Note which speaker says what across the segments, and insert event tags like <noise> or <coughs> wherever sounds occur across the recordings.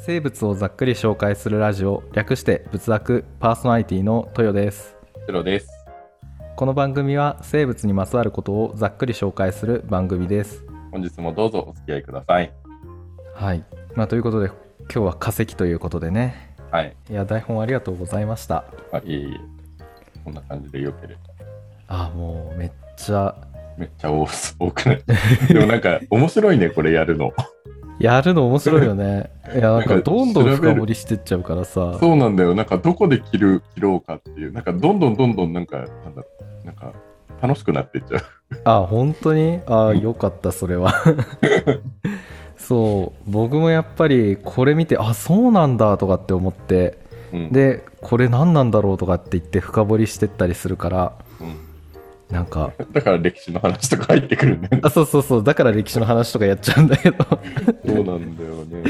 Speaker 1: 生物をざっくり紹介するラジオ略して仏学パーソナリティのトヨです
Speaker 2: ゼロです。
Speaker 1: この番組は生物にまつわることをざっくり紹介する番組です
Speaker 2: 本日もどうぞお付き合いください。
Speaker 1: はい、まあ、ということで今日は化石ということでね
Speaker 2: はい。
Speaker 1: いや台本ありがとうございました
Speaker 2: あ、いえいえ。こんな感じでよければ。
Speaker 1: あもうめっちゃ
Speaker 2: めっちゃ多す多くない
Speaker 1: <laughs>
Speaker 2: でもなんか面白いね、これやるの。
Speaker 1: やるの面白いよねい <laughs> やなんかどんどん深掘りしてっちゃうからさ
Speaker 2: そうなんだよ。なんかどこで切る、切ろうかっていう。なんかどんどんどんどんなんか、なんだろう。なんか楽しくなってっちゃう。
Speaker 1: あ本当にあよかったそれは <laughs> そう僕もやっぱりこれ見てあそうなんだとかって思って
Speaker 2: うん、
Speaker 1: でこれ何なんだろうとかって言って深掘りしてったりするから
Speaker 2: うん
Speaker 1: なんか
Speaker 2: だから歴史の話とか入って
Speaker 1: <laughs>
Speaker 2: くるね。
Speaker 1: あそうそうそうだから歴史の話とかやっちゃうんだけど、 <laughs>
Speaker 2: そうなんだよね。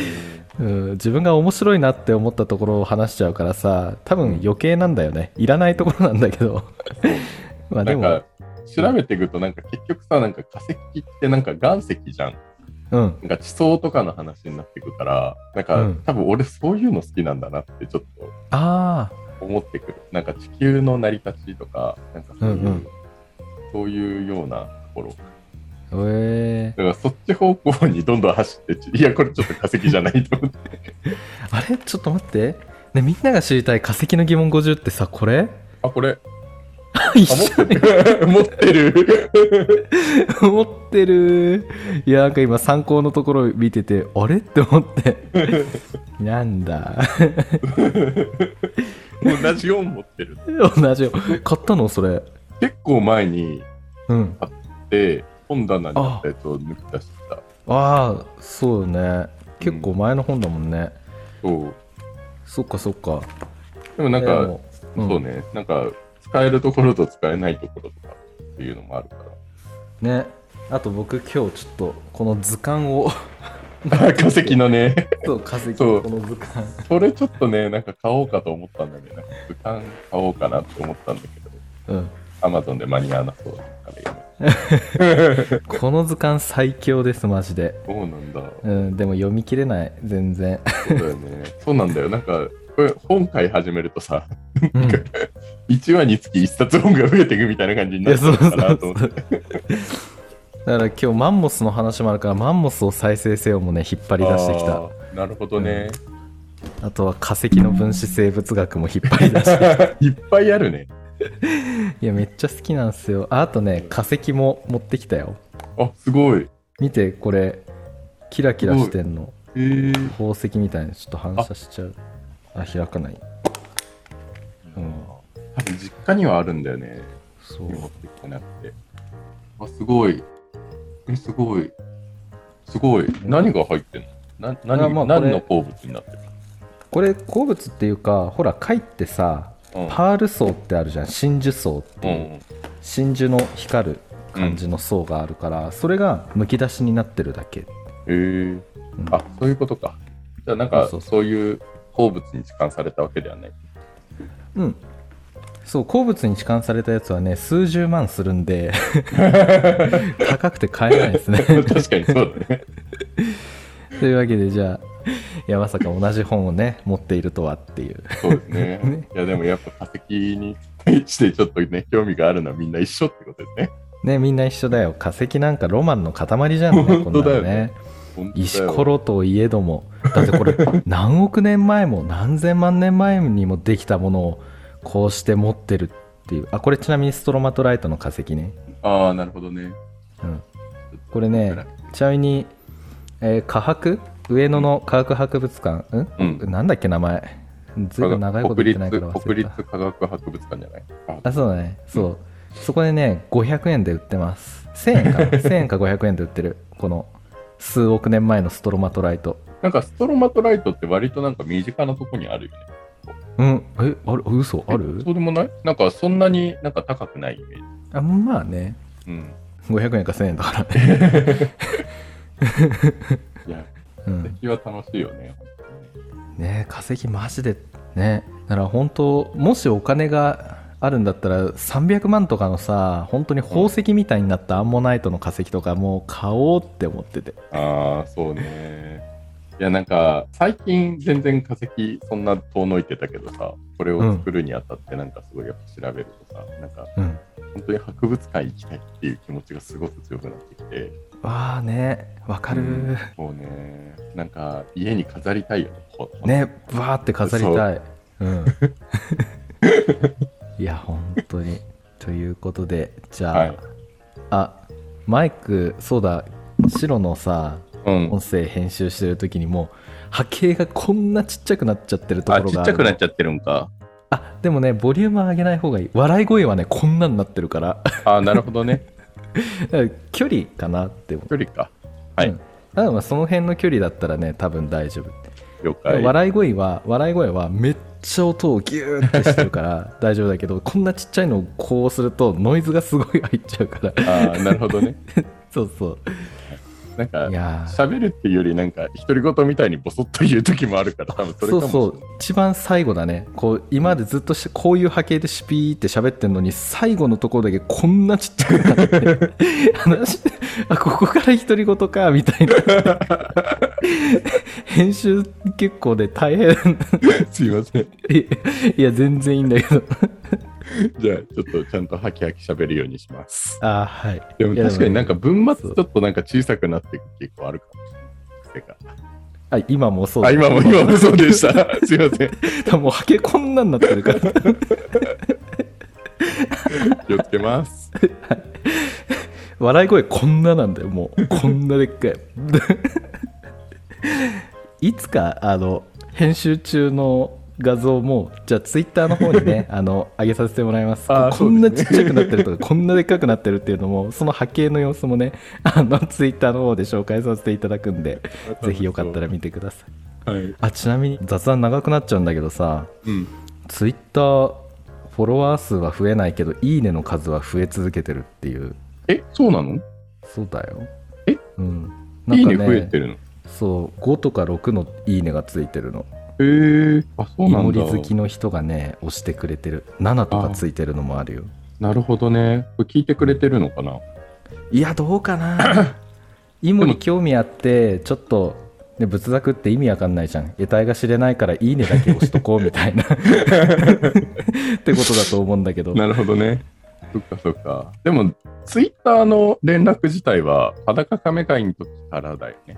Speaker 1: うん、自分が面白いなって思ったところを話しちゃうからさ多分余計なんだよねいらないところなんだけど <laughs> まあ
Speaker 2: な
Speaker 1: で
Speaker 2: ん
Speaker 1: も
Speaker 2: か調べていくとなんか結局さ、なんか化石ってなんか岩石じゃん。
Speaker 1: うん
Speaker 2: なんか地層とかの話になってくから、なんか、
Speaker 1: うん
Speaker 2: 多分俺そういうの好きなんだなってちょっと
Speaker 1: ああ
Speaker 2: 思ってくる。なんか地球の成り立ちとか、なんかそういう、
Speaker 1: うんうん
Speaker 2: そういうようなところ。だ
Speaker 1: ええ
Speaker 2: からそっち方向にどんどん走ってっちいや、これちょっと化石じゃないと
Speaker 1: <laughs>
Speaker 2: 思って。
Speaker 1: あれちょっと待って、ね、みんなが知りたい化石の疑問50ってさこれ <laughs>
Speaker 2: あ、これ、
Speaker 1: 一
Speaker 2: あ持
Speaker 1: 緒
Speaker 2: っ
Speaker 1: に
Speaker 2: てる。 <laughs> 持ってる。
Speaker 1: 持ってるいやなんか今参考のところ見ててあれって思って
Speaker 2: <laughs>
Speaker 1: なんだ
Speaker 2: 同じ音持ってる。
Speaker 1: 同じよ買ったのそれ
Speaker 2: 結構前に、
Speaker 1: うん
Speaker 2: で、本棚にあったやつを抜き出してた。
Speaker 1: ああそうよね結構前の本だもんね、
Speaker 2: そう。
Speaker 1: そっかそっか
Speaker 2: でもなん
Speaker 1: いや
Speaker 2: か、
Speaker 1: もううん
Speaker 2: そうね、なんか使えるところと使えないところとかっていうのもあるから。
Speaker 1: ねあと僕今日ちょっとこの図鑑
Speaker 2: <laughs>
Speaker 1: を <laughs>
Speaker 2: 化石のね、
Speaker 1: そう化石
Speaker 2: そ
Speaker 1: の
Speaker 2: う
Speaker 1: この図鑑
Speaker 2: それちょっとね、なんか買おうかと思ったんだよね。なんか図鑑買おうかなって思ったんだけど、
Speaker 1: うん
Speaker 2: アマゾンで間に合わなそうだからや
Speaker 1: <laughs>
Speaker 2: めた
Speaker 1: この図鑑最強ですマジで
Speaker 2: そうなんだ。
Speaker 1: うんでも読み切れない全
Speaker 2: <laughs>
Speaker 1: 然、
Speaker 2: そうだよね。そうなんだよ。なんか、これ本買い始めるとさ、
Speaker 1: うん
Speaker 2: 1話につき1冊本が増えていくみたいな感じに
Speaker 1: い
Speaker 2: な
Speaker 1: や
Speaker 2: っち
Speaker 1: そう
Speaker 2: ゃう
Speaker 1: そう
Speaker 2: か
Speaker 1: そう
Speaker 2: なと思って。
Speaker 1: だから今日マンモスの話もあるからマンモスを再生せよもね引っ張り出してきた
Speaker 2: あーなるほどね。
Speaker 1: あとは化石の分子生物学も引っ張り出
Speaker 2: <laughs>
Speaker 1: して
Speaker 2: いっぱいあるね。
Speaker 1: いやめっちゃ好きなんですよああとね化石も持ってきたよ
Speaker 2: あ、すごい。
Speaker 1: 見てこれキラキラしてんの
Speaker 2: えー、
Speaker 1: 宝石みたいなちょっと反射しちゃうあ開かないうん
Speaker 2: 多分実家にはあるんだよね。
Speaker 1: そう
Speaker 2: 持ってきてなくて。あ、すごい。え、すごい。すごい。何が入ってんのな
Speaker 1: あ
Speaker 2: 何,、
Speaker 1: まあこれ
Speaker 2: 何の鉱物になってる
Speaker 1: これ鉱物っていうかほら貝ってさ
Speaker 2: の、うん、
Speaker 1: パール層ってあるじゃん真珠層って
Speaker 2: う
Speaker 1: いう、
Speaker 2: ん
Speaker 1: 真珠の光る感じの層があるから、それがむき出しになってるだけ、
Speaker 2: えー、
Speaker 1: うん
Speaker 2: あ、そういうことか。じゃあなんか
Speaker 1: そうそう
Speaker 2: そういう鉱物に置換されたわけではない。
Speaker 1: <laughs> うんそう鉱物に置換されたやつはね数十万するんで <laughs> 高くて買えないですね
Speaker 2: 確かにそうだね。
Speaker 1: というわけでじゃあいやまさか同じ本をね持っているとはっていう
Speaker 2: そうですね。
Speaker 1: ね
Speaker 2: いやでもやっぱ化石に対してちょっとね、興味があるのはみんな一緒ってことですね。
Speaker 1: ねみんな一緒だよ化石なんかロマンの塊じゃんね
Speaker 2: 本当だよね
Speaker 1: こんなのね
Speaker 2: 本当だよ
Speaker 1: 石ころといえどもだってこ
Speaker 2: <laughs>
Speaker 1: れ何億年前も何千万年前にもできたものをこうして持ってるっていうあこれちなみにストロマトライトの化石ね、
Speaker 2: ああ、なるほどね。
Speaker 1: うん、これねちなみに、えー科博上野の科学博物館ん、
Speaker 2: うん。
Speaker 1: なんだっけ名前ずいぶん長いこと言ってないから忘
Speaker 2: 国
Speaker 1: れ
Speaker 2: 立
Speaker 1: た
Speaker 2: 国立科学博物館じゃないあ
Speaker 1: あそうだねそう、そこでね500円で売ってます1000円かな <laughs> 1000円か500円で売ってるこの数億年前のストロマトライト
Speaker 2: なんかストロマトライトって割となんか身近なとこにあるよね。
Speaker 1: うんえある嘘ある
Speaker 2: えそうでもないなんかそんなになんか高くないイメージ。
Speaker 1: あまあね
Speaker 2: うん。
Speaker 1: 500円か1000円だ <laughs> からね、
Speaker 2: いや、
Speaker 1: うん、
Speaker 2: 石は楽しいよね。
Speaker 1: ねえ化石マジでねだから本当もしお金があるんだったら300万とかのさ本当に宝石みたいになったアンモナイトの化石とかもう買おうって思ってて
Speaker 2: ああ、そうね。いやなんか最近全然化石そんな遠のいてたけどさこれを作るにあたってなんかすごいやっぱ調べるとさ、なんか
Speaker 1: うん
Speaker 2: 本当に博物館行きたいっていう気持ちがすごく強くなってきて
Speaker 1: わあねわかる、
Speaker 2: うんもうねなんか家に飾りたいよねほほん
Speaker 1: ねバーって飾りたいうん <laughs> いや本当にということでじゃあ、
Speaker 2: はい
Speaker 1: あマイクそうだ白のさ
Speaker 2: うん
Speaker 1: 音声編集してる時にもう波形がこんなちっちゃくなっちゃってるとこ
Speaker 2: あ
Speaker 1: ろ
Speaker 2: ち
Speaker 1: が
Speaker 2: っ
Speaker 1: あ
Speaker 2: ちゃ
Speaker 1: る
Speaker 2: くなっちゃってるんか
Speaker 1: あでもねボリューム上げない方がいい笑い声はねこんなになってるから
Speaker 2: <laughs>
Speaker 1: <laughs>
Speaker 2: あなるほどね
Speaker 1: 距離かなって思う
Speaker 2: 距離かはい
Speaker 1: うんあでもその辺の距離だったらね多分大丈夫
Speaker 2: 了解
Speaker 1: 笑い声は笑い声はめっちゃ音をギューってしてるから
Speaker 2: <laughs>
Speaker 1: 大丈夫だけどこんなちっちゃいのをこうするとノイズがすごい入っちゃうから <laughs>
Speaker 2: あなるほどね
Speaker 1: そうそ
Speaker 2: なんか
Speaker 1: ういやー
Speaker 2: 喋るっていうよりなんか独り言みたいにボソッと言う時もあるから多分それ
Speaker 1: そう
Speaker 2: かもしれない
Speaker 1: そう一番最後だねこう今までずっとしこういう波形でシュピーって喋ってんのに最後のところだけこんなちっちゃくなって <laughs> 話あここから独り言かみたいな <laughs> 編集結構で大変
Speaker 2: <laughs> すいません
Speaker 1: いや全然いいんだけど <laughs>
Speaker 2: じゃあちょっとちゃんとハキハキ喋るようにします
Speaker 1: あーはい
Speaker 2: でも
Speaker 1: いや
Speaker 2: 確かになんか文末
Speaker 1: そう
Speaker 2: ちょっとなんか小さくなっていく傾向あるかもしれない癖が
Speaker 1: あ今もそう
Speaker 2: あ今も今もそうでした
Speaker 1: <laughs>
Speaker 2: すいません
Speaker 1: たもうハケこんなんなってるから
Speaker 2: 気をつけます
Speaker 1: 笑い声こんななんだよもうこんなでっかいいつかあの編集中の画像もじゃあツイッターの方にねあの上げさせてもらいます
Speaker 2: あ
Speaker 1: こんな
Speaker 2: そうで
Speaker 1: ちっ
Speaker 2: すね
Speaker 1: ちゃくなってるとかこんなでっかくなってるっていうのもその波形の様子もねあのツイッターの方で紹介させていただくんでぜひよかったら見てください
Speaker 2: はい
Speaker 1: あちなみに雑談長くなっちゃうんだけどさ
Speaker 2: うん
Speaker 1: ツイッターフォロワー数は増えないけどいいねの数は増え続けてるっていう
Speaker 2: えそうなの
Speaker 1: そうだよ
Speaker 2: え
Speaker 1: うん
Speaker 2: いいね増えてるの
Speaker 1: そう5とか6のいいねがついてるの
Speaker 2: へえあそう
Speaker 1: イ
Speaker 2: な
Speaker 1: モ
Speaker 2: ん
Speaker 1: リ
Speaker 2: だ
Speaker 1: 好きの人がね押してくれてる7とかついてるのもあるよ
Speaker 2: なるほどねこれ聞いてくれてるのかない
Speaker 1: やどうか
Speaker 2: <coughs>
Speaker 1: なイモリ興味あってちょっとね仏作って意味わかんないじゃん得体が知れないからいいねだけ押しとこうみた
Speaker 2: <laughs>
Speaker 1: いなってことだと思うんだけど
Speaker 2: なるほどね。そっかそっか。でも、ツイッターの連絡自体は、裸亀会の時からだよね。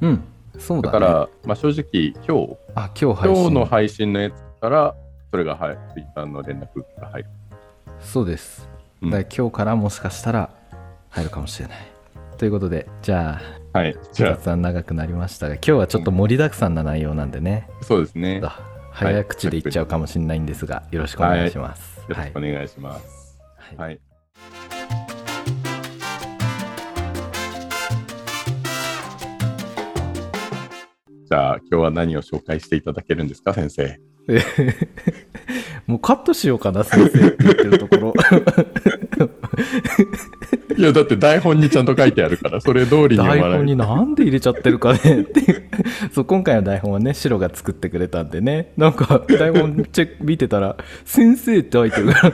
Speaker 1: うんそう
Speaker 2: だ
Speaker 1: だ,、
Speaker 2: か
Speaker 1: ね、
Speaker 2: ら、まあ、正直、今日、
Speaker 1: あ今日配信
Speaker 2: 今日の配信のやつから、それが入る、ツイッターの連絡が入る。
Speaker 1: そうです。
Speaker 2: うん
Speaker 1: だから今日からもしかしたら入るかもしれない。ということで、じゃあ、
Speaker 2: はい。じゃ
Speaker 1: 雑談長くなりましたが、今日はちょっと盛りだくさんな内容なんでね、
Speaker 2: あ、そうですね。
Speaker 1: ちょ
Speaker 2: よ
Speaker 1: っと早口でいっちゃうかもしれないんですが、よろしくお願いします。
Speaker 2: ろ
Speaker 1: は
Speaker 2: し
Speaker 1: い
Speaker 2: くお。願いします。
Speaker 1: はい
Speaker 2: はい。じゃあ、今日は何を紹介していただけるんですか、先生。
Speaker 1: もうカットしようかな、先生って言ってるところ。
Speaker 2: いや、だって台本にちゃんと書いてあるから、それ通りに
Speaker 1: 台
Speaker 2: 読まない
Speaker 1: 本に
Speaker 2: と
Speaker 1: なんで入れちゃってるかねって
Speaker 2: <laughs>
Speaker 1: いうそう今回の台本はね白が作ってくれたんでねなんか台本チェック見てたら <laughs> 「先生」って入ってるから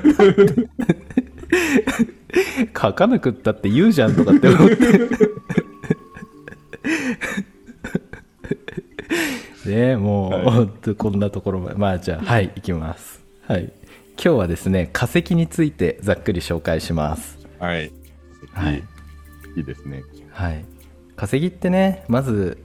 Speaker 1: 書かなくったって言うじゃんとかって <laughs> 思ってねえもう、
Speaker 2: はい
Speaker 1: ほんとこんなところまでまあじゃあはい行きますはい今日はですね化石についてざっくり紹介します
Speaker 2: はい。
Speaker 1: はい。
Speaker 2: いいですね。
Speaker 1: はい、化石ってねまず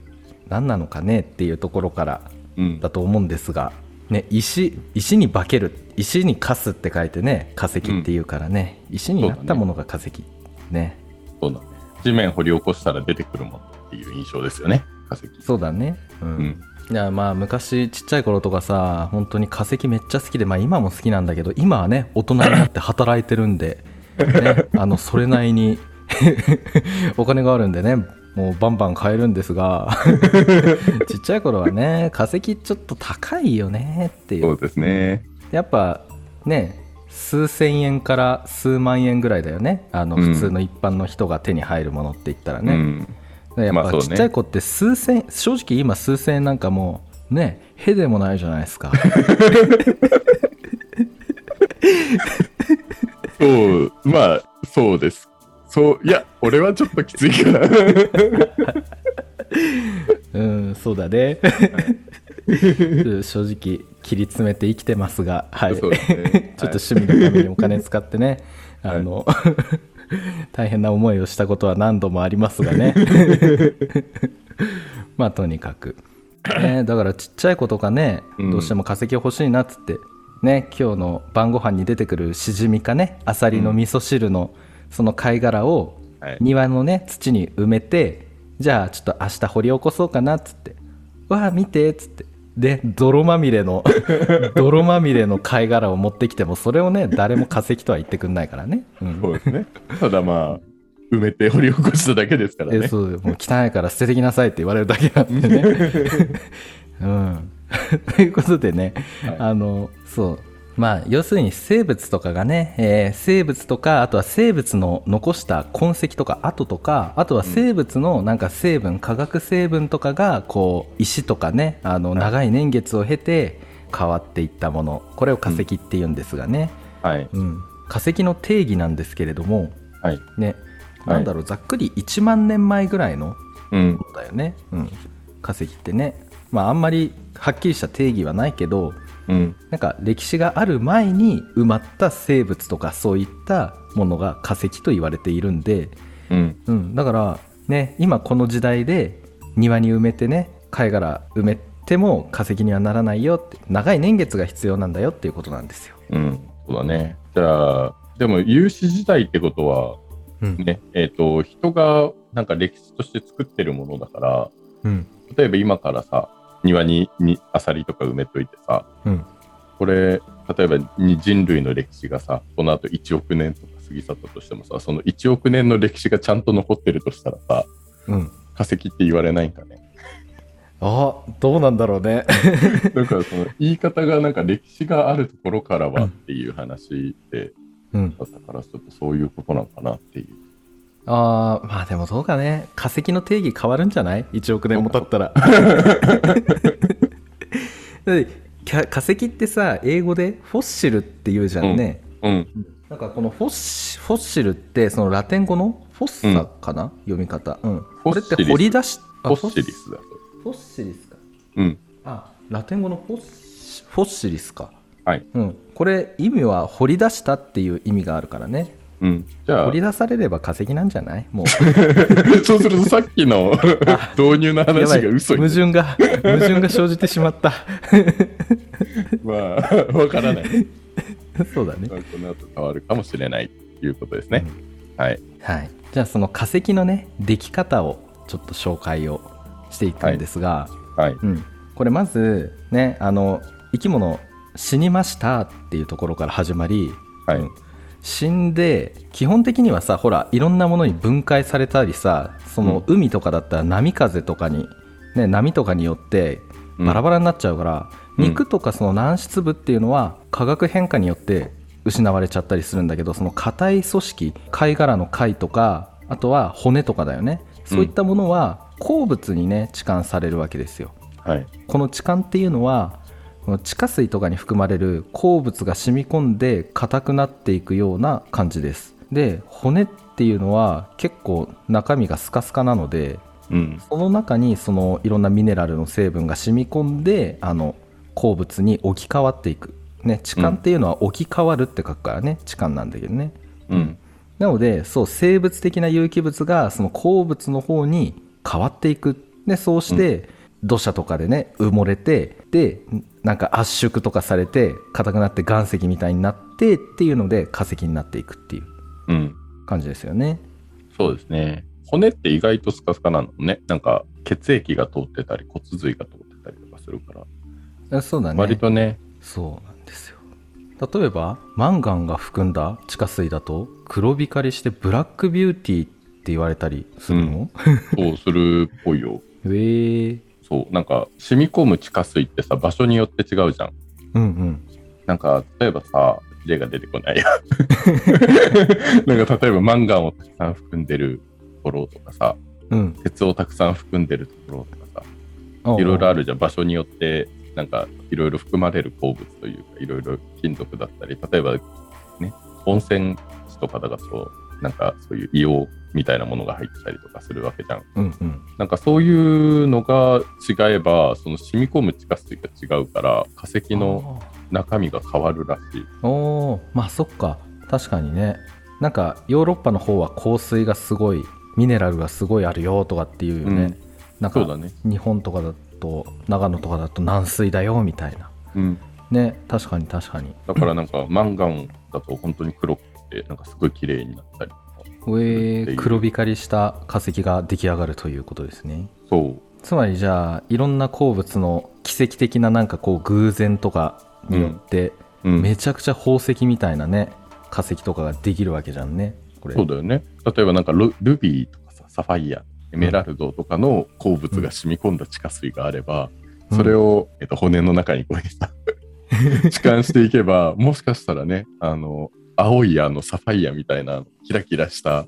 Speaker 1: 何なのかねっていうところから
Speaker 2: うん。
Speaker 1: だと思うんですが、ね、石石に化ける石に化すって書いてね化石っていうからね、石になったものが化石ね
Speaker 2: そうだね。地面掘り起こしたら出てくるものっていう印象ですよね、化石。
Speaker 1: そうだねうん、
Speaker 2: うん。
Speaker 1: いやまあ昔ちっちゃい頃とかさ本当に化石めっちゃ好きで、まあ、今も好きなんだけど今はね大人になって働いてるんで、ね、あのそれなりに <laughs> お金があるんでねもうバンバン買えるんですが
Speaker 2: <laughs>
Speaker 1: ちっちゃい頃はね化石ちょっと高いよねってい
Speaker 2: そううですね。
Speaker 1: やっぱね数千円から数万円ぐらいだよねあの
Speaker 2: うん
Speaker 1: 普通の一般の人が手に入るものって言ったらね、
Speaker 2: うん。
Speaker 1: ねやっ
Speaker 2: まあ
Speaker 1: ぱ
Speaker 2: そうね
Speaker 1: ちっちゃい子って数千、正直今数千円なんかもうねへでもないじゃないです
Speaker 2: <laughs>
Speaker 1: か
Speaker 2: そう、まあ、そうです。
Speaker 1: <laughs>
Speaker 2: そう、いや、俺はちょっときついから。
Speaker 1: うんうんそうだね <laughs> うん正直切り詰めて生きてますがはい
Speaker 2: そうですね
Speaker 1: <laughs> ちょっと趣味のためにお金使ってね、
Speaker 2: はい
Speaker 1: あの <laughs> 大変な思いをしたことは何度もありますがね <laughs> まあとにかく、ね、だからちっちゃい子とかね
Speaker 2: うん
Speaker 1: どうしても化石欲しいなっつって、ね今日の晩ご飯に出てくるしじみかねあさりの味噌汁のその貝殻を
Speaker 2: はい
Speaker 1: 庭のね土に埋めてじゃあちょっと明日掘り起こそうかなっつってわあ見てっつってで泥まみれ
Speaker 2: <laughs>
Speaker 1: の泥まみれの貝殻を持ってきてもそれをね誰も化石とは言ってくんないからね、うん
Speaker 2: そうですね。ただまあ、埋めて掘り起こしただけですから
Speaker 1: え
Speaker 2: ね。
Speaker 1: そうもう汚いから捨ててきなさいって言われるだけなんでねうん、 <laughs> ということでね、
Speaker 2: はい
Speaker 1: あのそうまあ要するに生物とかがね、えー生物とかあとは生物の残した痕跡とか跡とかあとは生物のなんか成分、化学成分とかがこう石とかねあの長い年月を経て変わっていったものこれを化石っていうんですがね、
Speaker 2: はい。
Speaker 1: うん、化石の定義なんですけれども、
Speaker 2: はい。
Speaker 1: ね、
Speaker 2: はい
Speaker 1: なんだろうざっくり1万年前ぐらいの
Speaker 2: う
Speaker 1: も
Speaker 2: ん。
Speaker 1: のだよね、うん、化石ってね、まあ、あんまりはっきりした定義はないけど
Speaker 2: うん。
Speaker 1: なんか歴史がある前に埋まった生物とかそういったものが化石と言われているんで、
Speaker 2: うん。
Speaker 1: うん、だから、ね、今この時代で庭に埋めてね貝殻埋めても化石にはならないよって長い年月が必要なんだよっていうことなんですよ。
Speaker 2: うん。そうだね。じゃあ、でも、有史時代ってことは、
Speaker 1: うん
Speaker 2: ね、えっ、と、人がなんか歴史として作ってるものだから、
Speaker 1: うん
Speaker 2: 例えば今からさ、庭ににアサリとか埋めといてさ、
Speaker 1: うん
Speaker 2: これ、例えばに人類の歴史がさ、この後1億年とか過ぎ去ったとしてもさ、その1億年の歴史がちゃんと残ってるとしたらさ、
Speaker 1: うん、
Speaker 2: 化石って言われないんかね。 <laughs>
Speaker 1: あどうなんだろうね。
Speaker 2: だからその言い方がなんか歴史があるところからはっていう話で、
Speaker 1: うん
Speaker 2: だったからちょっとそういうことなのかなっていう。
Speaker 1: ああまあでもどうかね化石の定義変わるんじゃない1億年も経った <laughs> らだってきゃ化石ってさ英語でフォッシルって言うじゃんね、
Speaker 2: うん。
Speaker 1: なんかこのフォッシフォッシルってそのラテン語のフォッサかな、読み方、うん、これっ
Speaker 2: フォッシリ
Speaker 1: て
Speaker 2: ス
Speaker 1: 掘り出し
Speaker 2: フ
Speaker 1: あ
Speaker 2: ォッシリスだと。
Speaker 1: フォッシリスか
Speaker 2: うん。
Speaker 1: あラテン語のフォッシフォッシリスか
Speaker 2: はい。
Speaker 1: うんこれ意味は掘り出したっていう意味があるからね
Speaker 2: うん。じゃ
Speaker 1: 掘
Speaker 2: あ
Speaker 1: り、出されれば化石なんじゃないもう
Speaker 2: <laughs> そうするとさっき <laughs> の導入の
Speaker 1: やば
Speaker 2: 話
Speaker 1: い
Speaker 2: が嘘
Speaker 1: 矛
Speaker 2: に。
Speaker 1: 盾が矛盾が生じてしまった
Speaker 2: <laughs> まあ、わからない。
Speaker 1: そうだね
Speaker 2: まあこの後変わるかもしれないということですね。はい。
Speaker 1: はいじゃあその化石のねでき方をちょっと紹介をしていくんですが、
Speaker 2: はい。
Speaker 1: うん、これまずねあの生き物死にましたっていうところから始まり、
Speaker 2: はい
Speaker 1: うん死んで基本的にはさほらいろんなものに分解されたりさその海とかだったら波風とかに、ね、波とかによって
Speaker 2: うん
Speaker 1: バラバラになっちゃうから、
Speaker 2: うん
Speaker 1: 肉とかその軟質部っていうのは化学変化によって失われちゃったりするんだけどその硬い組織貝殻の貝とかあとは骨とかだよねそういったものは鉱物にね置換されるわけですよ。
Speaker 2: はい。
Speaker 1: この痴漢っていうのはこの地下水とかに含まれる鉱物が染み込んで硬くなっていくような感じですで骨っていうのは結構中身がスカスカなので
Speaker 2: うん。
Speaker 1: その中にそのいろんなミネラルの成分が染み込んであの鉱物に置き換わっていくね痴漢っていうのは置き換わるって書くからね痴漢なんだけどね
Speaker 2: うん。
Speaker 1: なのでそう生物的な有機物がその鉱物の方に変わっていくでそうして、土砂とかでね埋もれてでなんか圧縮とかされて硬くなって岩石みたいになってっていうので化石になっていくっていう
Speaker 2: うん。
Speaker 1: 感じですよね。
Speaker 2: そうですね。骨って意外とスカスカなのね。なんか血液が通ってたり骨髄が通ってたりとかするから、
Speaker 1: あそうだね
Speaker 2: 割とね、
Speaker 1: そうなんですよ例えばマンガンが含んだ地下水だと黒光りしてブラックビューティーって言われたりするの、
Speaker 2: そうするっぽいよ。
Speaker 1: へえ
Speaker 2: そう、なんか染み込む地下水ってさ、場所によって違うじゃん。
Speaker 1: うんうん
Speaker 2: なんか例えばさ、例が出てこないや。なんか例えばマンガンをたくさん含んでるところとかさ、
Speaker 1: うん
Speaker 2: 鉄をたくさん含んでるところとかさ、
Speaker 1: あ
Speaker 2: いろいろあるじゃん場所によってなんかいろいろ含まれる鉱物というかいろいろ金属だったり例えばね温泉地とかだがそうなんかそういう硫黄みたいなものが入ってたりとかするわけじゃん。
Speaker 1: うんうん
Speaker 2: なんかそういうのが違えば、その染み込む地下水が違うから、化石の中身が変わるらしい。
Speaker 1: おおーまあそっか確かにねなんかヨーロッパの方は香水がすごいミネラルがすごいあるよとかっていうよね、
Speaker 2: うん
Speaker 1: なん
Speaker 2: そうだ
Speaker 1: か
Speaker 2: ね。
Speaker 1: 日本とかだと長野とかだと軟水だよみたいな
Speaker 2: うん。
Speaker 1: ね確かに確かに
Speaker 2: だからなんか、マンガンだと本当に黒くて、なんかすごい綺麗になったりとか。
Speaker 1: 上
Speaker 2: っていう
Speaker 1: 黒光りした化石が出来上がるということですね
Speaker 2: そう。
Speaker 1: つまりじゃあいろんな鉱物の奇跡的ななんかこう偶然とかによって、
Speaker 2: うん、
Speaker 1: めちゃくちゃ宝石みたいなね化石とかができるわけじゃんねこれ
Speaker 2: そうだよね。例えばなんかルルビーとかさ、サファイア、エメラルドとかの鉱物が染み込んだ地下水があれば、
Speaker 1: うん
Speaker 2: それを、えっと、骨の中にこうした
Speaker 1: <laughs>
Speaker 2: 置換していけば、もしかしたらね、あの、青いあのサファイアみたいなキラキラした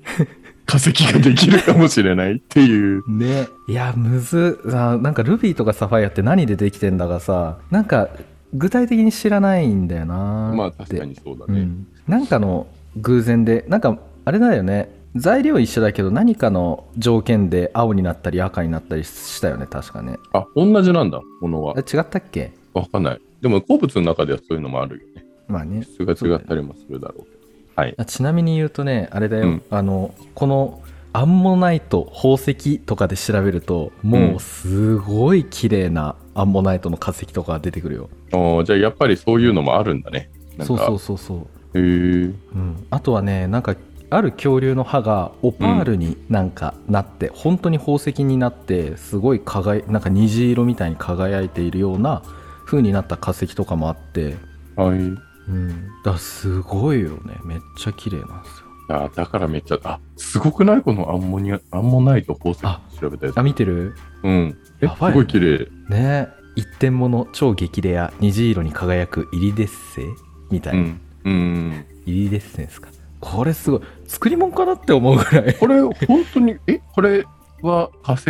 Speaker 2: 化石ができるかもしれないっていう。
Speaker 1: ねいやむずあなんかルビーとかサファイアって何でできてんだかさなんか具体的に知らないんだよな
Speaker 2: まあ
Speaker 1: って
Speaker 2: 確かにそうだ
Speaker 1: う
Speaker 2: ね。
Speaker 1: ん、なんかの偶然でなんかあれだよね材料一緒だけど何かの条件で青になったり赤になったりしたよね確かね
Speaker 2: あ、同じなんだ、ものは
Speaker 1: あ。違ったっけ
Speaker 2: わかんない。でも鉱物の中ではそういうのもあるよね。
Speaker 1: まあね
Speaker 2: 質が違ったりもするだろうけど。はい。
Speaker 1: あちなみに言うとねあれだよ、
Speaker 2: うん
Speaker 1: あのこのアンモナイト宝石とかで調べるともうすごい綺麗なアンモナイトの化石とかが出てくるよ、
Speaker 2: おーじゃあやっぱりそういうのもあるんだね。なん
Speaker 1: そ
Speaker 2: か
Speaker 1: うそうそうそう
Speaker 2: へー
Speaker 1: うん、あとはねなんかある恐竜の歯がオパールになんかなって、本当に宝石になってすごい輝いなんか虹色みたいに輝いているような風になった化石とかもあって、
Speaker 2: はい。い
Speaker 1: うん、だからすごいよねめっちゃ綺麗なんですよ
Speaker 2: やだからめっちゃ、あすごくないこのアンモニア、アンモナイト宝
Speaker 1: あ
Speaker 2: 石調べたやつ
Speaker 1: あ。見てる
Speaker 2: うん。え、
Speaker 1: やばいね
Speaker 2: すごい綺麗。
Speaker 1: ね一点物超激レア虹色に輝くイリデッセみたいうな、
Speaker 2: ん。うん。
Speaker 1: イリデッセですかこれすごい作り物かなって思うぐらい
Speaker 2: これ、本当に、 <laughs> え、これは化石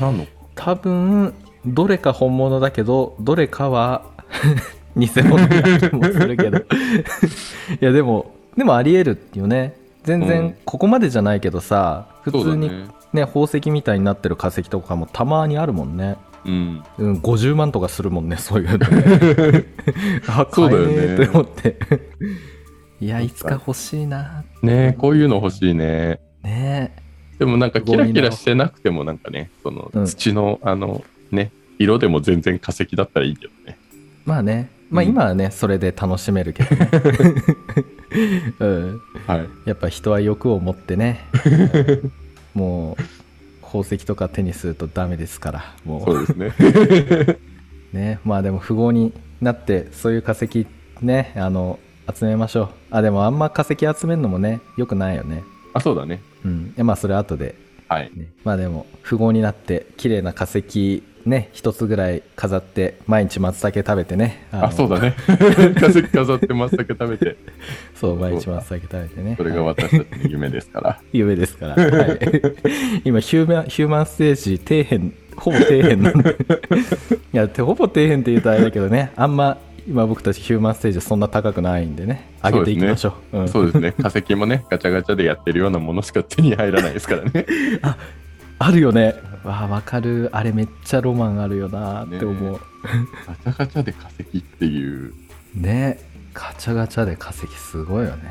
Speaker 2: なの
Speaker 1: 多分どれか本物だけどどれかは <laughs> 偽物な気もするけど <laughs> いやでもでもありえるよね全
Speaker 2: う
Speaker 1: 然
Speaker 2: ん
Speaker 1: ここまでじゃないけどさ、普
Speaker 2: そ
Speaker 1: 通
Speaker 2: うだ
Speaker 1: に、ね
Speaker 2: ね。
Speaker 1: 宝石みたいになってる化石とかもたまにあるもんね、
Speaker 2: うん。
Speaker 1: うん、50万とかするもんねそういうのね
Speaker 2: <laughs>
Speaker 1: あ
Speaker 2: そうだよね
Speaker 1: 買えねえって思っていやいつか欲しいな
Speaker 2: ねこういうの欲しいね。
Speaker 1: ねえ
Speaker 2: でもなんかキラキラしてなくてもなんかね、その
Speaker 1: うん
Speaker 2: 土の、あの、ね、色でも全然化石だったらいいけどね。
Speaker 1: まあねまあ
Speaker 2: うん
Speaker 1: 今はね、それで楽しめるけど
Speaker 2: <laughs>
Speaker 1: ね、うん
Speaker 2: はい。
Speaker 1: やっぱ人は欲を持って
Speaker 2: <laughs>
Speaker 1: ねもう宝石とか手にするとダメですからも
Speaker 2: そうです
Speaker 1: <laughs>
Speaker 2: ね。
Speaker 1: うねまあでも富豪になってそういう化石ねあの集めましょうあでもあんま化石集めるのもねよくないよね
Speaker 2: あ、そうだね。
Speaker 1: うんいやまあそれ後で
Speaker 2: はい。
Speaker 1: ねまあでも富豪になって綺麗な化石ね一つぐらい飾って毎日松茸食べてねあの
Speaker 2: あ、そうだね。 <laughs> 化石飾って松茸食べて、
Speaker 1: そう毎日松茸食べてね
Speaker 2: それが私たちの夢ですから。
Speaker 1: 夢です
Speaker 2: <laughs>
Speaker 1: から、はい、今ヒューマンヒューマンステージ底辺ほぼ底辺なん
Speaker 2: <laughs>
Speaker 1: でいやてほぼ底辺って言うとあれだけどねあんま今僕たちヒューマンステージはそんな高くないんでね上げていきましょううん
Speaker 2: そうですね。化石もね、ガチャガチャでやってるようなものしか手に入らないですからね。
Speaker 1: あるよねわあわかるあれめっちゃロマンあるよなって思
Speaker 2: ガチャガチャで化石っていう。
Speaker 1: うねガチャガチャで化石すごいよね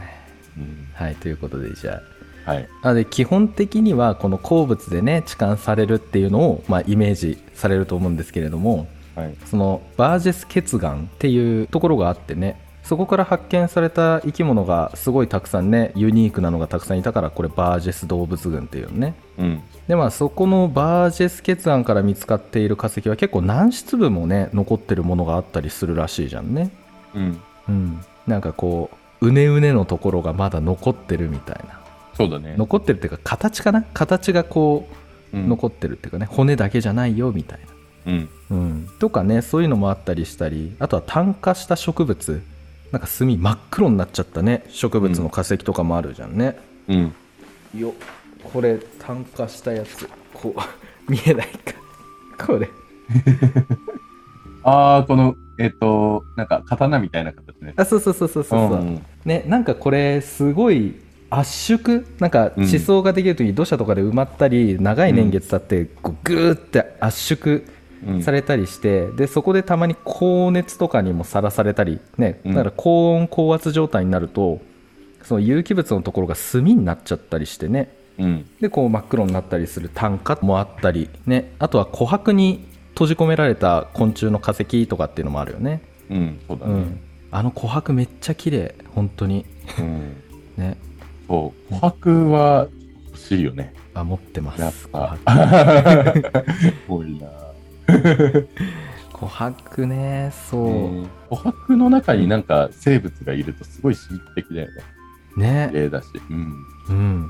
Speaker 2: うん
Speaker 1: はいということでじゃあ
Speaker 2: はい。
Speaker 1: なので基本的にはこの鉱物でね置換されるっていうのを、まあ、イメージされると思うんですけれども
Speaker 2: はい。
Speaker 1: そのバージェス血岩っていうところがあってねそこから発見された生き物がすごいたくさんねユニークなのがたくさんいたからこれバージェス動物群っていうのね
Speaker 2: うん。
Speaker 1: でまあそこのバージェス血岩から見つかっている化石は結構軟質部もね残ってるものがあったりするらしいじゃんね
Speaker 2: うん。
Speaker 1: うんなんかこううねうねのところがまだ残ってるみたいな
Speaker 2: そうだね。
Speaker 1: 残ってるっていうか形かな形がこ
Speaker 2: う
Speaker 1: うん残ってるっていうかね骨だけじゃないよみたいな
Speaker 2: うん。
Speaker 1: うん、とかねそういうのもあったりしたりあとは炭化した植物なんか炭真っ黒になっちゃったね植物の化石とかもあるじゃんね、
Speaker 2: うん。
Speaker 1: よこれ炭化したやつこう <laughs> 見えないかこれ
Speaker 2: ああ、この、えっ、と、なんか刀みたいな形ね。
Speaker 1: あそうそうそうそうそうそう、
Speaker 2: ん
Speaker 1: ねなんかこれすごい圧縮なんか
Speaker 2: うん
Speaker 1: 地層ができるとき土砂とかで埋まったり長い年月経ってこうグーって圧縮
Speaker 2: うん
Speaker 1: されたりして、でそこでたまに高熱とかにもさらされたり、ね、
Speaker 2: うん
Speaker 1: だから高温高圧状態になるとその有機物のところが炭になっちゃったりしてね
Speaker 2: うん
Speaker 1: でこう真っ黒になったりする炭化もあったり、ね、あとは琥珀に閉じ込められた昆虫の化石とかっていうのもあるよね、
Speaker 2: うんそうだ
Speaker 1: う
Speaker 2: ね
Speaker 1: ん、あの琥珀めっちゃ綺麗本当に
Speaker 2: うん
Speaker 1: ね
Speaker 2: そう琥珀は欲しいよね
Speaker 1: あ持ってま
Speaker 2: やっ
Speaker 1: す
Speaker 2: ぱ
Speaker 1: 琥
Speaker 2: <laughs> 多いな
Speaker 1: 琥珀ねそう、
Speaker 2: ね琥珀の中になんか生物がいるとすごい神秘的だよね綺
Speaker 1: ね
Speaker 2: 麗だしうん
Speaker 1: うん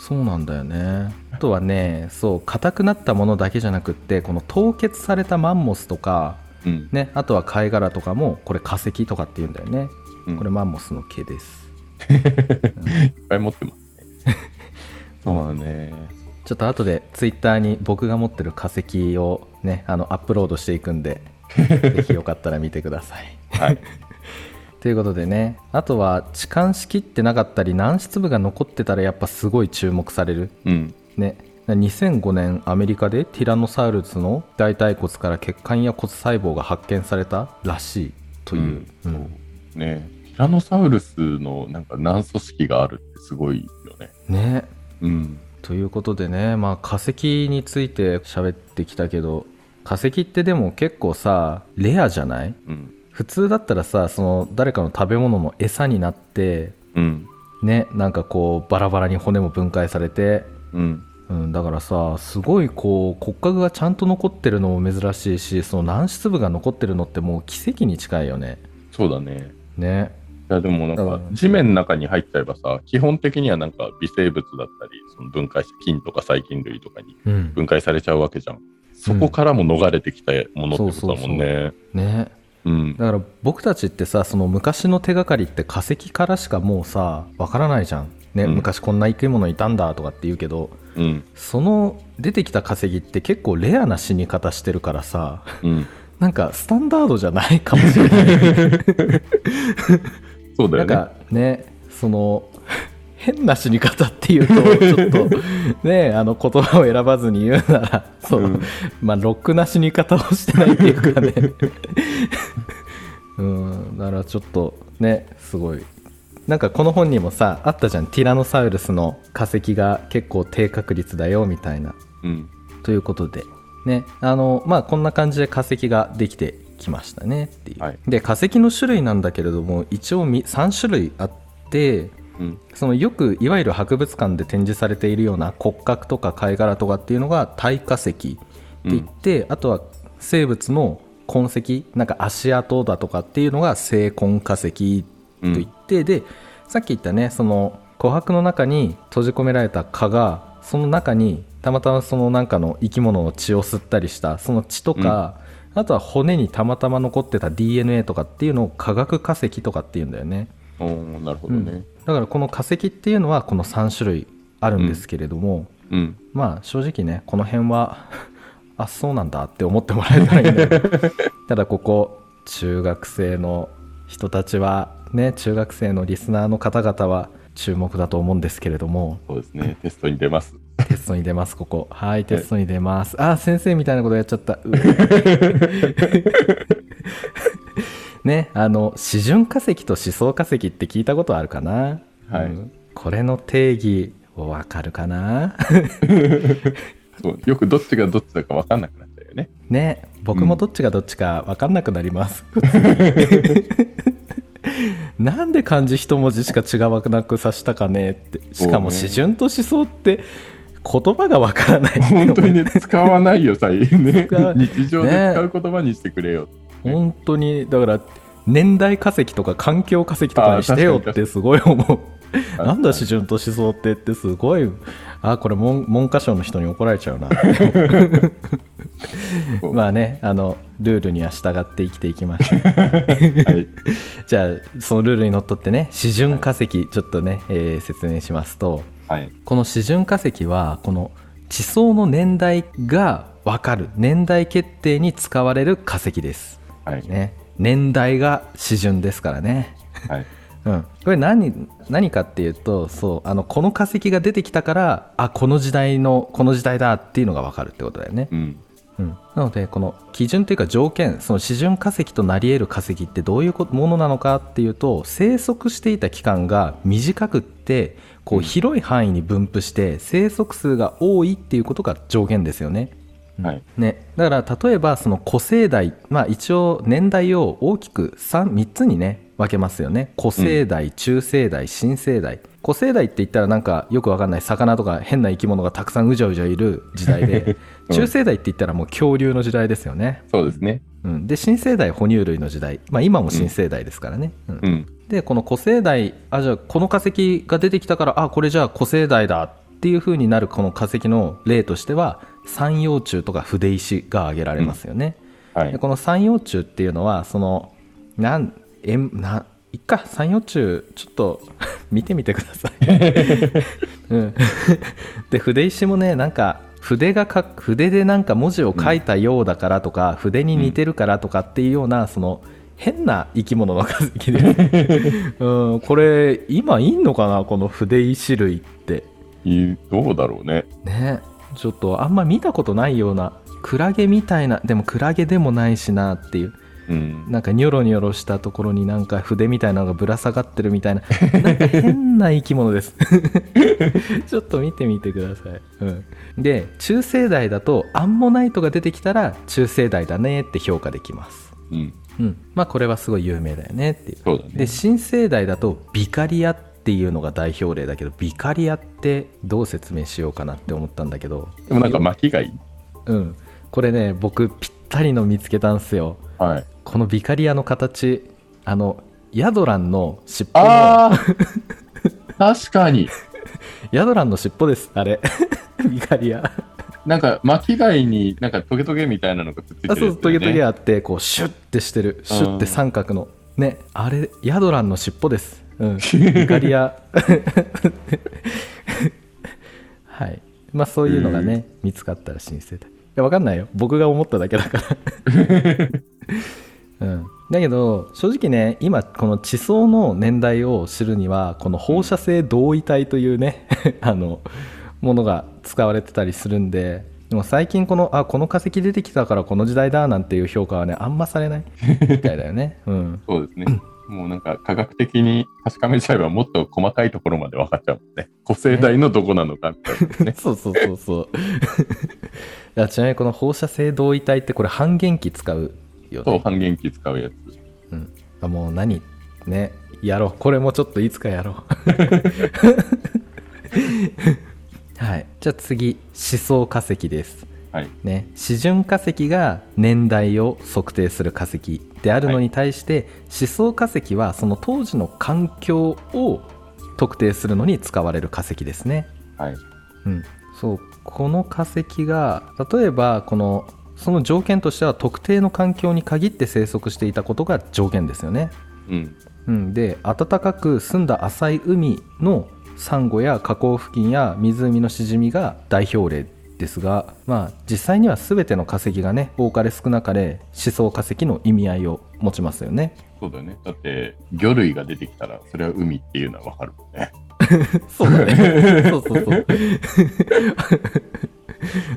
Speaker 1: そうなんだよねあとはねそう硬くなったものだけじゃなくってこの凍結されたマンモスとか
Speaker 2: うん
Speaker 1: ねあとは貝殻とかもこれ化石とかっていうんだよね
Speaker 2: うん
Speaker 1: これマンモスの毛です
Speaker 2: いっぱい持ってま
Speaker 1: <laughs>
Speaker 2: すねそうだね
Speaker 1: ちょっと後でツイッターに僕が持ってる化石をねあのアップロードしていくん
Speaker 2: <laughs>
Speaker 1: でぜひよかったら見てください
Speaker 2: はい
Speaker 1: <laughs> ということでねあとは置換しきってなかったり軟質部が残ってたらやっぱすごい注目される
Speaker 2: うん
Speaker 1: ね2005年アメリカでティラノサウルスの大腿骨から血管や骨細胞が発見されたらしいという、うん
Speaker 2: ねティラノサウルスのなんか軟組織があるってすごいよね
Speaker 1: ね
Speaker 2: うん
Speaker 1: ということでね、まあ、化石について喋ってきたけど化石ってでも結構さレアじゃない
Speaker 2: うん
Speaker 1: 普通だったらさその誰かの食べ物の餌になって
Speaker 2: うん
Speaker 1: ねなんかこうバラバラに骨も分解されて
Speaker 2: うん
Speaker 1: うん、だからさすごいこう骨格がちゃんと残ってるのも珍しいしその軟質部が残ってるのってもう奇跡に近いよね
Speaker 2: そうだね
Speaker 1: ね
Speaker 2: いやでもなん
Speaker 1: だ
Speaker 2: か
Speaker 1: から
Speaker 2: 地面の中に入っちゃえばさ基本的にはなんか微生物だったりその分解した菌とか細菌類とかに
Speaker 1: うん
Speaker 2: 分解されちゃうわけじゃんそこからも逃れてきたものってことだもんね
Speaker 1: ね
Speaker 2: うん
Speaker 1: だから僕たちってさその昔の手がかりって化石からしかもうさわからないじゃん、ね
Speaker 2: うん
Speaker 1: 昔こんな生き物いたんだとかって言うけど
Speaker 2: うん
Speaker 1: その出てきた化石って結構レアな死に方してるからさ
Speaker 2: うん
Speaker 1: なんかスタンダードじゃないかもしれない
Speaker 2: そう
Speaker 1: な
Speaker 2: だよ
Speaker 1: ん
Speaker 2: ね
Speaker 1: かねその <laughs> 変な死に方っていうとちょっと
Speaker 2: <laughs>
Speaker 1: ねあの言葉を選ばずに言うならその、
Speaker 2: うん
Speaker 1: まあロックな死に方をしてないっていう
Speaker 2: <laughs>
Speaker 1: かねうんだからちょっとねすごいなんかこの本にもさあったじゃんティラノサウルスの化石が結構低確率だよみたいな
Speaker 2: うん
Speaker 1: ということでねあのまあこんな感じで化石ができてきましたねっていう、
Speaker 2: はい
Speaker 1: で化石の種類なんだけれども一応み3種類あって
Speaker 2: うん
Speaker 1: そのよくいわゆる博物館で展示されているような骨格とか貝殻とかっていうのが耐化石って言って、あとは生物の痕跡なんか足跡だとかっていうのが生根化石
Speaker 2: うん
Speaker 1: と言って、でさっき言ったねその琥珀の中に閉じ込められた蚊がその中にたまたまそのなんかの生き物の血を吸ったりしたその血とか、あとは骨にたまたま残ってた DNA とかっていうのを化学化石とかっていうんだよね、
Speaker 2: おーなるほどね
Speaker 1: うんだからこの化石っていうのはこの3種類あるんですけれども、
Speaker 2: うん
Speaker 1: まあ正直ねこの辺は <laughs> あそうなんだって思ってもらえたらいいん
Speaker 2: <laughs>
Speaker 1: だけどただここ中学生の人たちはね中学生のリスナーの方々は注目だと思うんですけれども
Speaker 2: そうですねテストに出ます
Speaker 1: テストに出ますここはいテストに出ますあ先生みたいなことやっちゃったう
Speaker 2: <laughs>
Speaker 1: ねあの示準化石と思想化石って聞いたことあるかな、
Speaker 2: はい
Speaker 1: うんこれの定義わかるかな <laughs>
Speaker 2: そうよくどっちがどっちだか分かんなくなっちゃうよ
Speaker 1: <laughs>
Speaker 2: ね
Speaker 1: ね僕もどっちがどっちか分かんなくなり
Speaker 2: <laughs>
Speaker 1: ます、なんで漢字一文字しか違わなくさしたかねってしかも
Speaker 2: そうね
Speaker 1: 思春と思想って言葉が分からない
Speaker 2: 本当にね使わないよ最近ね
Speaker 1: 使
Speaker 2: <laughs>
Speaker 1: わ
Speaker 2: 日常で使う言葉にしてくれよ
Speaker 1: 本当にだから年代化石とか環境化石とかにして
Speaker 2: あ
Speaker 1: よ
Speaker 2: ー確か
Speaker 1: っ
Speaker 2: に確
Speaker 1: て
Speaker 2: か
Speaker 1: すごい思う
Speaker 2: あ
Speaker 1: なんだ思春と思想ってってすごいあこれ文文科省の人に怒られちゃうな
Speaker 2: そう
Speaker 1: まあねあのルールには従って生きていきましょ
Speaker 2: <laughs>
Speaker 1: う
Speaker 2: はい
Speaker 1: じゃあそのルールにのっとってね示準化石ちょっとね、えー説明しますと
Speaker 2: はい
Speaker 1: この示準化石はこの地層の年代が分かる年代決定に使われる化石です、
Speaker 2: はい
Speaker 1: ね、年代が示準ですからね、
Speaker 2: はい
Speaker 1: うん、これ何何かっていうとそうあのこの化石が出てきたからあこの時代のこの時代だっていうのが分かるってことだよね、
Speaker 2: うん。
Speaker 1: うん、なのでこの基準というか条件その示準化石となり得る化石ってどういうこものなのかっていうと生息していた期間が短くってこう広い範囲に分布して生息数が多いっていうことが条件ですよね。
Speaker 2: はい。
Speaker 1: ね、だから例えばその古生代、まあ、一応年代を大きく 3, 3つにね分けますよね古生代、中生代新生代古生代って言ったらなんかよくわかんない魚とか変な生き物がたくさんうじゃうじゃいる時代で、
Speaker 2: うん
Speaker 1: 中生代って言ったらもう恐竜の時代ですよね、
Speaker 2: そうですね。
Speaker 1: うん、で新生代哺乳類の時代、まあ、今も新生代ですからね、うん
Speaker 2: うん。
Speaker 1: でこの古生代あじゃあこの化石が出てきたからあこれじゃあ古生代だっていう風になるこの化石の例としては三葉虫とか筆石が挙げられますよね、
Speaker 2: はい
Speaker 1: で。この三葉虫っていうのはそのなんえんないっか三葉虫ちょっと <laughs> 見てみてください、うん、で筆石もねなんか筆がか筆でなんか文字を書いたようだからとか、筆に似てるからとかっていうようなその変な生き物の化石です、うん、これ今いんのかなこの筆石類って
Speaker 2: いいどうだろうね。
Speaker 1: ねちょっとあんま見たことないようなクラゲみたいなでもクラゲでもないしなっていう
Speaker 2: うん。
Speaker 1: なんかニョロニョロしたところになんか筆みたいなのがぶら下がってるみたい
Speaker 2: <laughs>
Speaker 1: ななんか変な生き物です <laughs> ちょっと見てみてください、うん、で中生代だとアンモナイトが出てきたら中生代だねって評価できます
Speaker 2: うん。
Speaker 1: うんまあこれはすごい有名だよねっていう
Speaker 2: そうだね
Speaker 1: で。新生代だとビカリアっていうのが代表例だけどビカリアってどう説明しようかなって思ったんだけど
Speaker 2: でもなんか巻きがいい。
Speaker 1: うんこれね僕ぴったりの見つけたんすよ
Speaker 2: はい。
Speaker 1: このビカリアの形あのヤドランの尻尾の
Speaker 2: ああ確かに。
Speaker 1: ヤドランの尻尾ですあれ <laughs> ビカリア
Speaker 2: なんか巻き貝になんかトゲトゲみたいなのがくっついてる
Speaker 1: あ
Speaker 2: やつだ
Speaker 1: そ
Speaker 2: よね、
Speaker 1: うトゲトゲあってこうシュッてしてるシュッて三角のねあれヤドランの尻尾です、うん、ビカリアはいまあそういうのがね見つかったら新生代いやわかんないよ僕が思っただけだからうん、だけど正直ね今この地層の年代を知るにはこの放射性同位体というね、 <laughs> あのものが使われてたりするんででも最近このあこの化石出てきたからこの時代だなんていう評価はねあんまされないみたいだよね、うん、。
Speaker 2: そうですね。もうなんか科学的に確かめちゃえばもっと細かいところまで分かっちゃうもんね。個性代のどこなのかみたいなね
Speaker 1: そうそうそうそう <laughs> いやちなみにこの放射性同位体ってこれ半減期使うよ
Speaker 2: そう、
Speaker 1: ね
Speaker 2: 半減期使うやつ。
Speaker 1: うん、あもう何ねやろうこれもちょっといつかやろう <laughs> はいじゃあ次思想化石です
Speaker 2: はい。
Speaker 1: ね示準化石が年代を測定する化石であるのに対して、思想化石はその当時の環境を特定するのに使われる化石ですね
Speaker 2: はい。
Speaker 1: うん、そうこの化石が例えばこのその条件としては特定の環境に限って生息していたことが条件ですよね、
Speaker 2: うん。
Speaker 1: うん、で暖かく澄んだ浅い海のサンゴや河口付近や湖のシジミが代表例ですが、まあ、実際には全ての化石がね多かれ少なかれ思想化石の意味合いを持ちますよね
Speaker 2: そうだよね。だって、魚類が出てきたら、それは海っていうのは分かるもんね。
Speaker 1: そうだね <laughs> そうそうそう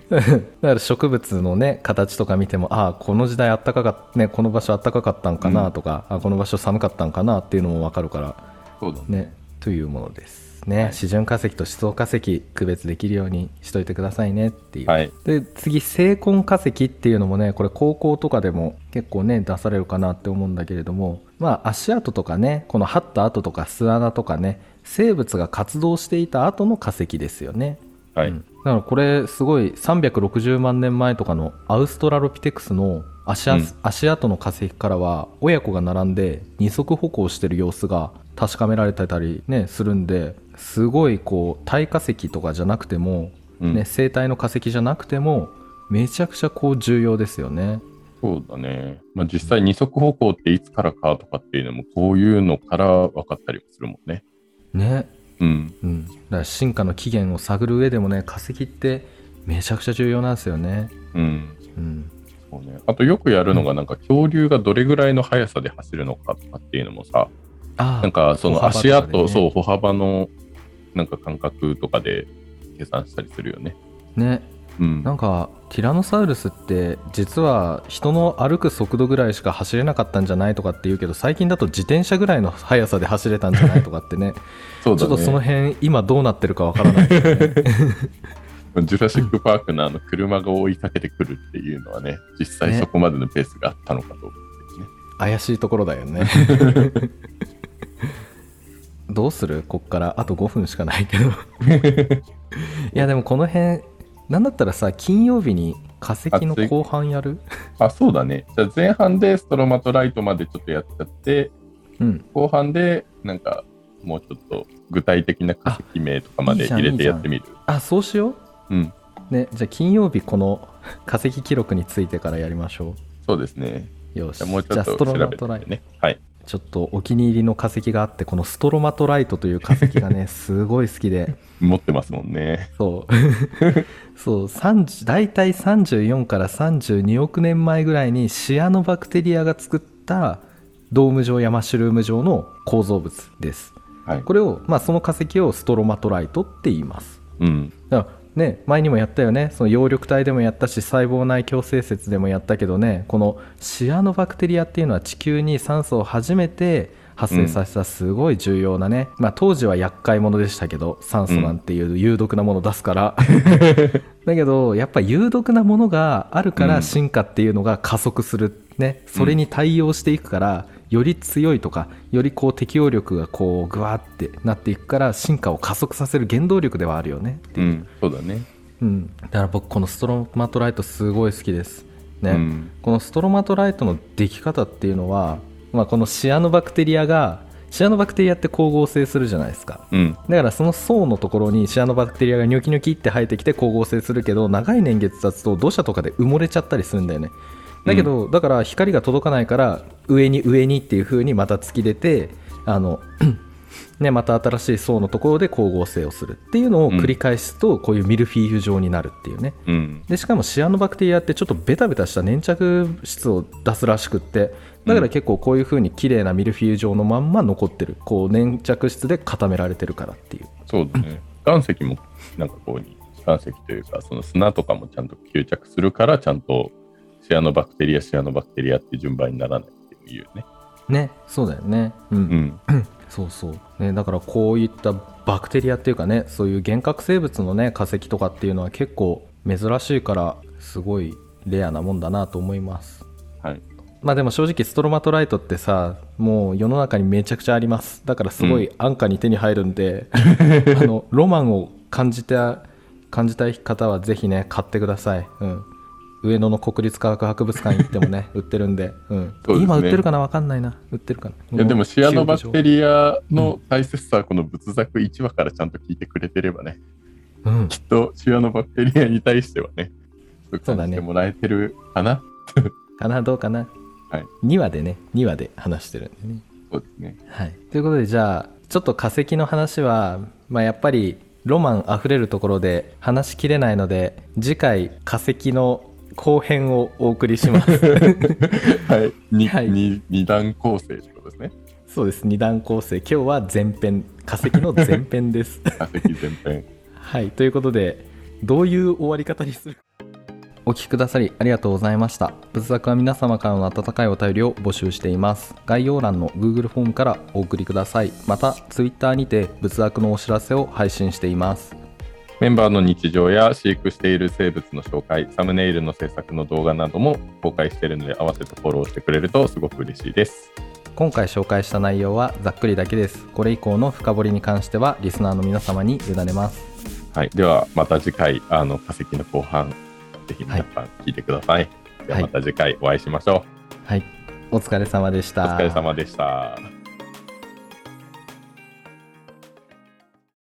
Speaker 1: だから植物のね形とか見てもああこの時代あったかかったねこの場所あったかかったんかなとか、あこの場所寒かったんかなっていうのも分かるから
Speaker 2: そうだね。
Speaker 1: ねというものですね、
Speaker 2: はい
Speaker 1: 示準化石と思想化石区別できるようにしといてくださいねっていう、
Speaker 2: はい。
Speaker 1: で次精根化石っていうのもねこれ高校とかでも結構ね出されるかなって思うんだけれどもまあ足跡とかねこの張った跡とか巣穴とかね生物が活動していた後の化石ですよね。
Speaker 2: はい。
Speaker 1: うんだからこれすごい360万年前とかのアウストラロピテクスの足,、
Speaker 2: うん
Speaker 1: 足跡の化石からは親子が並んで二足歩行してる様子が確かめられてたりねするんですごいこう耐化石とかじゃなくても、
Speaker 2: うん
Speaker 1: ね、生体の化石じゃなくてもめちゃくちゃこう重要ですよね。
Speaker 2: そうだね。まあ、実際、二足歩行っていつからかとかっていうのも、こういうのから分かったりもするもんね。
Speaker 1: ね
Speaker 2: うん。
Speaker 1: うん、だから進化の起源を探る上でもね化石ってめちゃくちゃ重要なんですよね。
Speaker 2: うん。
Speaker 1: うん、
Speaker 2: そうね。あと、よくやるのが、なんか、恐竜がどれぐらいの速さで走るのかとかっていうのもさ、
Speaker 1: あ
Speaker 2: なんかその足
Speaker 1: 歩幅とかで
Speaker 2: 跡、
Speaker 1: ね
Speaker 2: そう歩幅のなんか感覚とかで計算したりするよね。
Speaker 1: あね
Speaker 2: うん
Speaker 1: なんかティラノサウルスって実は人の歩く速度ぐらいしか走れなかったんじゃないとかって言うけど最近だと自転車ぐらいの速さで走れたんじゃないとかってね
Speaker 2: <laughs> そう
Speaker 1: ちょ
Speaker 2: だ
Speaker 1: っとその
Speaker 2: ね。
Speaker 1: 辺今どうなってるかわからないけどね
Speaker 2: ジュラシック・パークのあの車が追いかけてくるっていうのはね、実際
Speaker 1: ね
Speaker 2: そこまでのペースがあったのかどうかっていうね。
Speaker 1: 怪しいところだよねどうするこっからあと5分しかないけ
Speaker 2: <laughs>
Speaker 1: どいやでもこの辺なんだったらさ金曜日に化石の後半やる
Speaker 2: あ、そうだね。じゃあ前半でストロマトライトまでちょっとやっちゃって、
Speaker 1: うん
Speaker 2: 後半でなんかもうちょっと具体的な化石名とか
Speaker 1: あ
Speaker 2: ま
Speaker 1: いい
Speaker 2: で
Speaker 1: じゃん
Speaker 2: 入れてやってみる。
Speaker 1: あそうしよう
Speaker 2: うん、
Speaker 1: ねじゃあ金曜日この化石記録についてからやりましょ
Speaker 2: そうですね。
Speaker 1: うよし
Speaker 2: じゃあもうちょっ
Speaker 1: スト
Speaker 2: と
Speaker 1: ロ
Speaker 2: 調
Speaker 1: マ
Speaker 2: べて
Speaker 1: トライト
Speaker 2: ね。はい。
Speaker 1: ちょっとお気に入りの化石があってこのストロマトライトという化石が
Speaker 2: <laughs>
Speaker 1: ねすごい好きで
Speaker 2: 持ってますもんね。
Speaker 1: そう <laughs> そう30大体34から32億年前ぐらいにシアノバクテリアが作ったドーム状やマッシュルーム状の構造物です
Speaker 2: はい。
Speaker 1: これを、まあ、その化石をストロマトライトって言います
Speaker 2: うん。
Speaker 1: だからね前にもやったよねその葉緑体でもやったし細胞内共生説でもやったけどねこのシアノバクテリアっていうのは地球に酸素を初めて発生させたすごい重要なね、まあ、当時は厄介者でしたけど酸素なんていう有毒なもの出すから、だけどやっぱ有毒なものがあるか
Speaker 2: う
Speaker 1: ら
Speaker 2: ん
Speaker 1: 進化っていうのが加速する、ね、それに対応していくから、より強いとかよりこう適応力がこうグワーってなっていくから進化を加速させる原動力ではあるよね
Speaker 2: うん。そうだね。
Speaker 1: うん、だから僕このストロマトライトすごい好きですね、
Speaker 2: うん
Speaker 1: このストロマトライトのでき方っていうのは、まあ、このシアノバクテリアがシアノバクテリアって光合成するじゃないですか
Speaker 2: うん。
Speaker 1: だからその層のところにシアノバクテリアがニョキニョキって生えてきて光合成するけど長い年月経つと土砂とかで埋もれちゃったりするんだよねだけど、だから光が届かないから上に上にっていう風にまた突き出てあのね、また新しい層のところで光合成をするっていうのを繰り返すと、こういうミルフィーユ状になるっていうね
Speaker 2: うん。
Speaker 1: でしかもシアノバクテリアってちょっとベタベタした粘着質を出すらしくってだから結構こういう風に綺麗なミルフィーユ状のまんま残ってるこう粘着質で固められてるからっていう
Speaker 2: そうだね。岩石も、なんかこう、岩石というか、その砂とかもちゃんと吸着するから、ちゃんとシアノバクテリア、シアノバクテリアって順番にならないっていうね。
Speaker 1: ねそうだよねうん
Speaker 2: うん。
Speaker 1: そうそう、ね、だからこういったバクテリアっていうかねそういう原核生物のね化石とかっていうのは結構珍しいからすごいレアなもんだなと思います
Speaker 2: はい。
Speaker 1: まあでも正直ストロマトライトってさもう世の中にめちゃくちゃありますだからすごい安価に手に入るん
Speaker 2: <laughs>
Speaker 1: で、あのロマンを感じた感じたい方はぜひね買ってください、うん、上野の国立科学博物館行っても
Speaker 2: <laughs>
Speaker 1: ね売ってるんで,、うん
Speaker 2: そうですね
Speaker 1: 今売ってるかな分かんないな売ってるかない
Speaker 2: いやでもシアノバクテ
Speaker 1: リ
Speaker 2: リアの大切さはこの仏作1話からちゃんと聞いてくれてればね、
Speaker 1: ア、うん、
Speaker 2: きっとシアノバクテリアに対してはね、そう
Speaker 1: そうだ
Speaker 2: 感
Speaker 1: ね
Speaker 2: じてもらえてるかな。
Speaker 1: かなどうかな、
Speaker 2: はい
Speaker 1: 2話でね2話で話してるんでね、
Speaker 2: そうですね。
Speaker 1: はい、ということでじゃあちょっと化石の話は、まあ、やっぱりロマンあふれるところで話しきれないので次回化石の後編をお送りします
Speaker 2: <laughs> はい。に
Speaker 1: はい
Speaker 2: に二段構成ってことですね。
Speaker 1: そうです二段構成今日は前編化石の前編です
Speaker 2: 化石全編。
Speaker 1: はいということでどういう終わり方にするお聞きくださりありがとうございました。仏作は皆様からの温かいお便りを募集しています。概要欄の Google フォームからお送りください。また Twitter にて仏作のお知らせを配信しています。
Speaker 2: メンバーの日常や飼育している生物の紹介、サムネイルの制作の動画なども公開しているので、合わせてフォローしてくれるとすごく嬉しいです。
Speaker 1: 今回紹介した内容はざっくりだけです。これ以降の深掘りに関してはリスナーの皆様に委ねます。
Speaker 2: はい、ではまた次回、あの化石の後半、ぜひ皆さん聞いてください。ではまた次回お会いしましょ
Speaker 1: はい。お疲れ様でし
Speaker 2: う。
Speaker 1: た。
Speaker 2: お疲れ様でした。